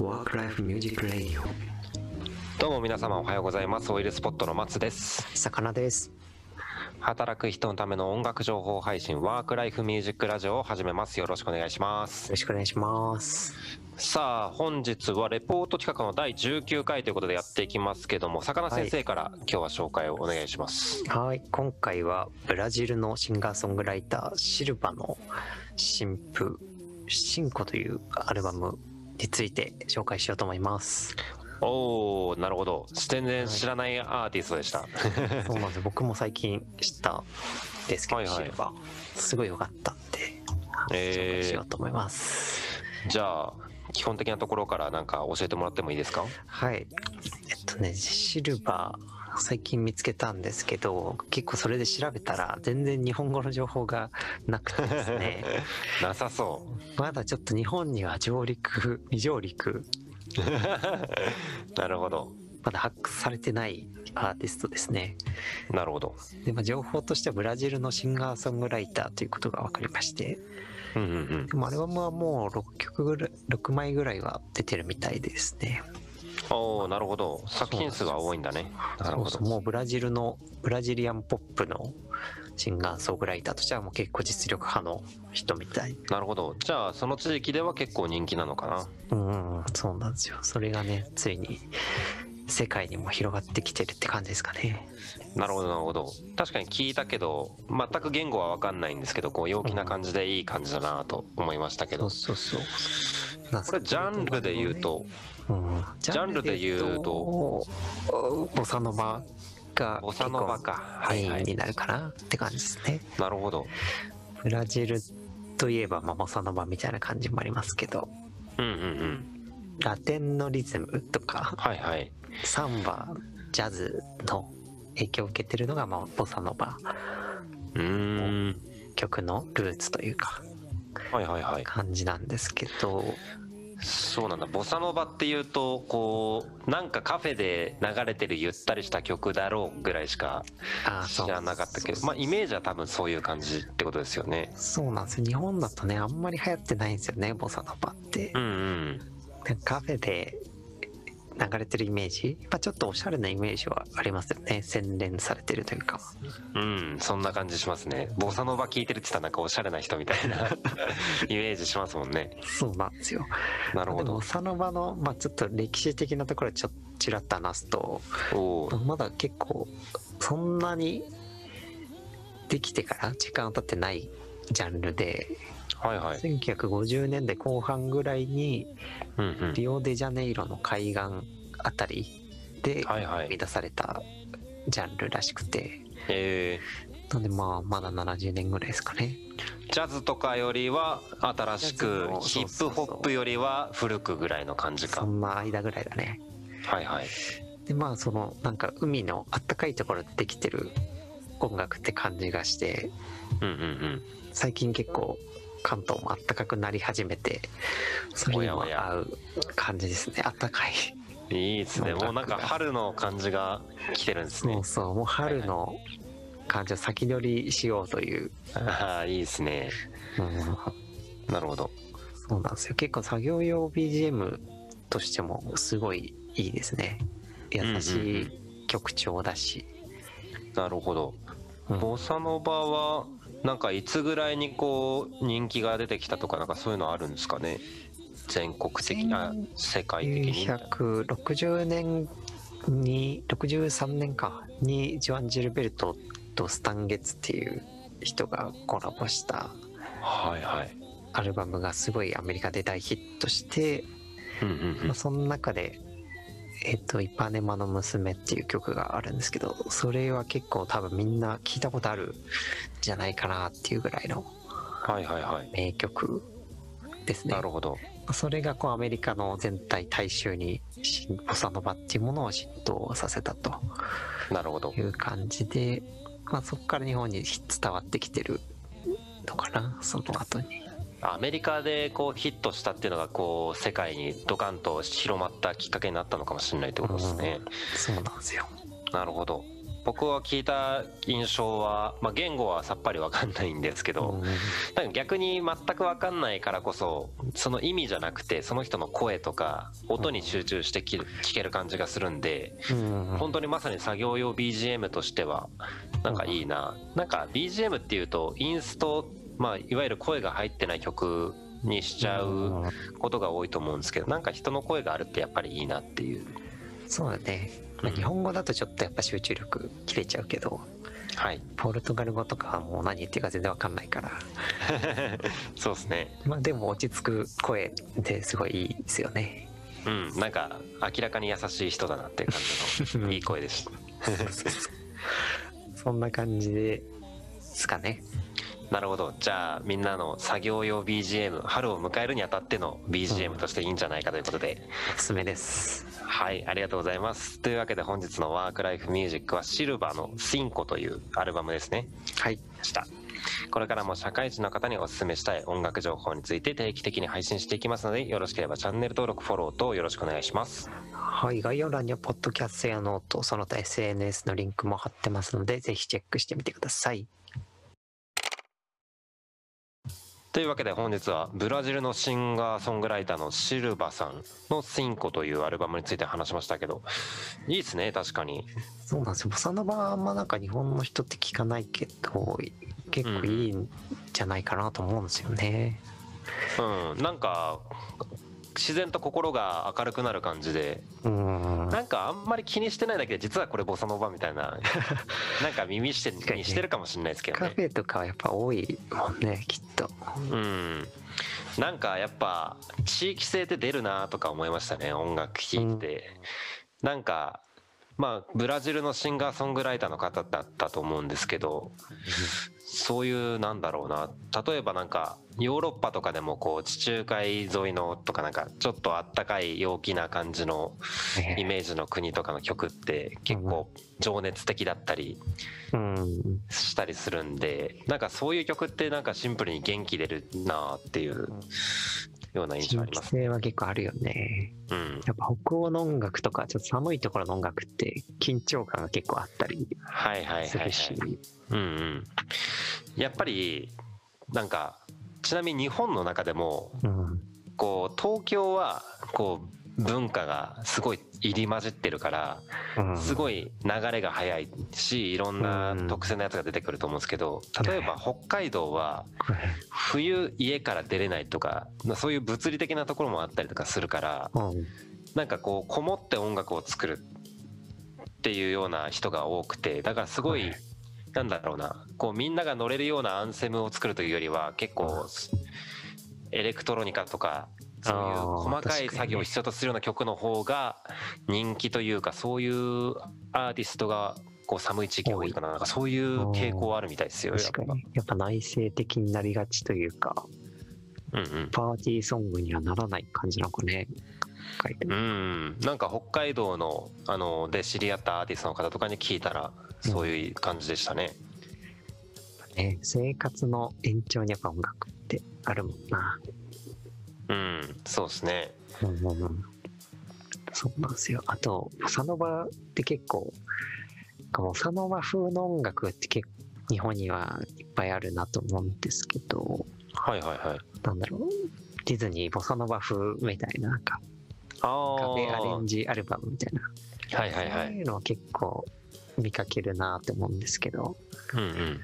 ワークライフミュージックレディオどうも皆様おはようございますオイルスポットの松です魚です働く人のための音楽情報配信ワークライフミュージックラジオを始めますよろしくお願いしまよすろしくお願いしますさあ本日はレポート企画の第19回ということでやっていきますけども魚先生から今日は紹介をお願いします、はい今回はブラジルのシンガーソングライターシルバの新婦シンコというアルバムについて紹介しようと思います おおなるほど全然知らないアーティストでした、そうなんです僕も最近知ったんですけど、はいはいシルバすごい良かったんで、紹え介しよーう、と思いますじゃあ基本的なところからなんか教えてもらってもいいですかはいえっとねシルバー最近見つけたんですけど結構それで調べたら全然日本語の情報がなくてですねなさそう まだちょっと日本には上陸未上陸なるほどまだ発掘されてないアーティストですねなるほどで、まあ、情報としてはブラジルのシンガーソングライターということが分かりましてうんうんうんでもアルバムはもう6曲ぐらい6枚ぐらいは出てるみたいですねおおなるほど作品数が多いんだねなるほそうどそうもうブラジルのブラジリアンポップのシンガーソングライターとしてはもう結構実力派の人みたいなるほどじゃあその地域では結構人気なのかなうんうんそうなんですよそれがねついに世界にも広がってきてるって感じですかねなるほどなるほど確かに聞いたけど全く言語は分かんないんですけどこう陽気な感じでいい感じだなと思いましたけそどうそうそうなんすこれジャンルで言うとうんジャンルで言うとボサノバがボサノバかはメいイはンいになるかなって感じですねなるほどブラジルといえばまあボサノバみたいな感じもありますけどうんうんうんラテンのリズムとかはいはいサンバジャズの影響を受けてるのがまあボサノバうーん曲のルーツというかはいはいはい感じなんですけどそうなんだボサノバっていうとこうなんかカフェで流れてるゆったりした曲だろうぐらいしかあー知そうらなかったけどまあイメージは多分そういう感じってことですよねそうなんですよ日本だとねあんまり流行ってないんですよねボサノバってうんうんなんかカフェで流れてるイメージ、まあ、ちょっとおしゃれなイメージはありますよね洗練されてるというかうんそんな感じしますねボサノバ聴いてるって言ったらなんかおしゃれな人みたい なイメージしますもんねそうなんですよなるでほもどサノバの、まあ、ちょっと歴史的なところはちょっとちらっと話すとおーまだ結構そんなにできてから時間は経ってないジャンルではいはい1950年代後半ぐらいにうんうんリオデジャネイロの海岸あたりではいは生みい出されたジャンルらしくてえなんでまあまだ70年ぐらいですかねー、ジャズとかよりは新しくジヒャズのップホップよりは古くぐらいの感じそかんな間ぐらいだねはいはいでまあそのなんか海のあったかいところでできてる音楽って感じがしてうんうんうん最近結構関東もあったかくなり始めてそれにもおやおや合う感じですねあったかいいいですね。もうなんか春の感じが来てるんですそねう。そうもう春の感じを先取りしようという、 ああ、いいですね。うん、なるほど。そうなんですよ結構作業用 BGM としてもすごいいいですね優しうんい曲調だし、なるほどうん。ボサノバは、なんかいつぐらいにこう、人気が出てきたとか、なんかそういうのあるんですかね。全国的な、世界的に。 960年に63年かにジョアン・ジルベルトとスタンゲツっていう人がコラボしたはいはい。アルバムがすごいアメリカで大ヒットして、うんうんうまんあ、。その中で「えっとイパネマの娘」っていう曲があるんですけどそれは結構多分みんな聞いたことあるんじゃないかなっていうぐらいのはいはいはい。名曲ですね。なるほど。それがこうアメリカの全体大衆にしボサノバっていうものを浸透させたとなるほどい。う感じで、まあ、そこから日本に伝わってきてるのかなその後にアメリカでこうヒットしたっていうのが、こう、世界にドカンと広まったきっかけになったのかもしれないってことですね。そうなんですよなるほど。僕は聞いた印象は、まあ、言語はさっぱりわかんないんですけど、なんか逆に全くわかんないからこそその意味じゃなくてその人の声とか音に集中してき聞ける感じがするんでうん本当にまさに作業用 BGM としてはなんかいいななんか BGM っていうとインスト、まあ、いわゆる声が入ってない曲にしちゃうことが多いと思うんですけどなんか人の声があるってやっぱりいいなっていう、そうだね、まあうん日本語だとちょっとやっぱ集中力切れちゃうけどはい、 ポルトガル語とかはもう何言ってるか全然わかんないからそうですねまあでも落ち着く声ですごいいいですよねうんなんか明らかに優しい人だなっていう感 じのいい声でしたそんな感じですかねなるほどじゃあみんなの作業用 BGM 春を迎えるにあたっての BGM としていいんじゃないかということで、おすすめですはいありがとうございますというわけで本日のワークライフミュージックはシルバーの「シンコ」というアルバムですねはいでしたこれからも社会人の方にお勧めしたい音楽情報について定期的に配信していきますのでよろしければチャンネル登録フォローとよろしくお願いしますはい概要欄にはポッドキャストやノートその他 SNS のリンクも貼ってますのでぜひチェックしてみてくださいというわけで本日はブラジルのシンガーソングライターのシルバさんの「シンコ」というアルバムについて話しましたけどいいですね確かにそうなんですよボサノバはあんまなんか日本の人って聞かないけど結構いいんじゃないかなと思うんですよね、うん、なんか自然と心が明るくなる感じでうんなんかあんまり気にしてないだけで実はこれボサノバみたいな なんか耳してかにねにしてるかもしれないですけどカフねェとかはやっぱ多いもんねきっとうんなんかやっぱ地域性って出るなとか思いましたね音楽聴いて、なんかまあブラジルのシンガーソングライターの方だったと思うんですけどそういうなんだろうな例えばなんかヨーロッパとかでもこう地中海沿いのとかなんかちょっとあったかい陽気な感じのイメージの国とかの曲って結構情熱的だったりうんしたりするんでなんかそういう曲ってなんかシンプルに元気出るなっていうような印地象あり域ます。性は結構あるよねうん、やっぱ北欧の音楽とかちょっと寒いところの音楽って緊張感が結構あったりはいはいすはい、はるいし、うんうん、やっぱりなんかちなみに日本の中でもうんこう東京はこう文化がすごい入り混じってるからうんすごい流れが早いしいろんな特性のやつが出てくると思うんですけど例えば北海道は冬家から出れないとかまあそういう物理的なところもあったりとかするからうんなんかこうこもって音楽を作るっていうような人が多くてだからすごい、はいなんだろうなこうみんなが乗れるようなアンセムを作るというよりは結構エレクトロニカとかそういうあー細かい確かにね作業を必要とするような曲の方が人気というかそういうアーティストがこう寒い地域が多いとかななんかそういう傾向はあるみたいですよ。やっ確ぱかにやっぱ内省的になりがちというかうんうんパーティーソングにはならない感じなのかね書いてうもん、なんか北海道のあので知り合ったアーティストの方とかに聞いたらそういう感じでしたね。ね生活の延長にやっぱ音楽ってあるもんな、うん、そうですね。うんうんうん、そうなんですよあとボサノバって結構なんかボサノバ風の音楽って結構日本にはいっぱいあるなと思うんですけどはいはいはい。なんだろうディズニーボサノバ風みたいななんかあカフェあアレンはジアルバムみたいないはいはそうい。いうのは結構見かけるなって思うんですけどうんうん。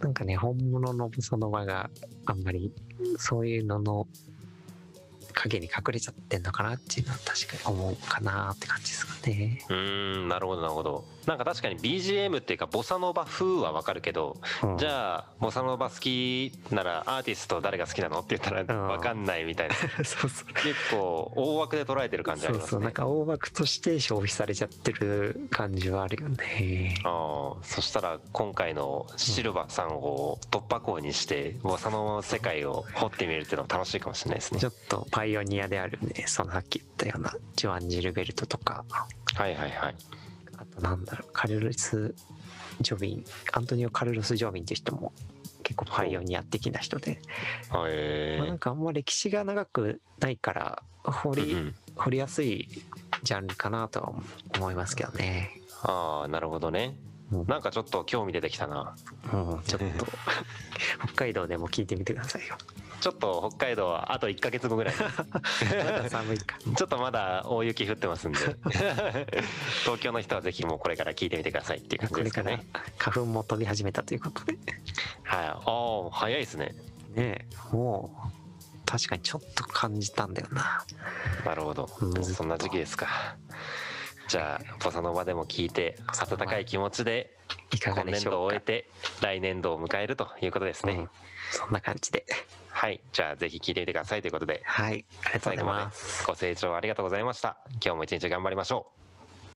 なんかね本物のその場があんまりそういうのの影に隠れちゃってんのかなっていうのは確かに思うかなって感じですかね。うーん、なるほどなるほど。なんか確かに BGM っていうかボサノバ風はわかるけど、じあゃあボサノバ好きならアーティスト誰が好きなのって言ったらうんわかんないみたい な。そうそう結構大枠で捉えてる感じあそりうまそすうなんね。か大枠として消費されちゃってる感じはあるよね。ああ、そしたら今回のシルバさんを突破口にしてボサノバの世界を掘ってみるっていうのも楽しいかもしれないですねち。ょっとパイオニアであるねそのさっき言ったようなジョアン・ジルベルトとかはいはいはい。あとなんだろうカルロス・ジョビンアントニオ・カルロス・ジョビンって人も結構パイオニア的な人で、へまあ、なんかあんま歴史が長くないから掘えり,、うんうん掘りやすいジャンルかなとは思いますけどね。ああなるほどね。うんなんかちょっと興味出てきたなうん、ちょっと 北海道でも聞いてみてくださ いよ。ちょっと北海道はあと1ヶ月 後ぐらいまだ寒いか。ちょっとまだ大雪降ってますんで東京の人はぜひもうこれから聞いてみてくださいっていう感こじれですかかねら花粉も飛び始めたということで。はいああ早いですねねえもう確かにちょっと感じたんだよな。なるほど、うんそんな時期ですかじゃあボサノバでも聞いて温かい気持ちでいかが今で年しょうか。度を終えて来年度を迎えるということですね、うんそんな感じで。はいじゃあぜひ聞いてみてくださいということではい、ありがとうご最ざい後まま。ですご清聴ありがとうございました今日も一日頑張りましょう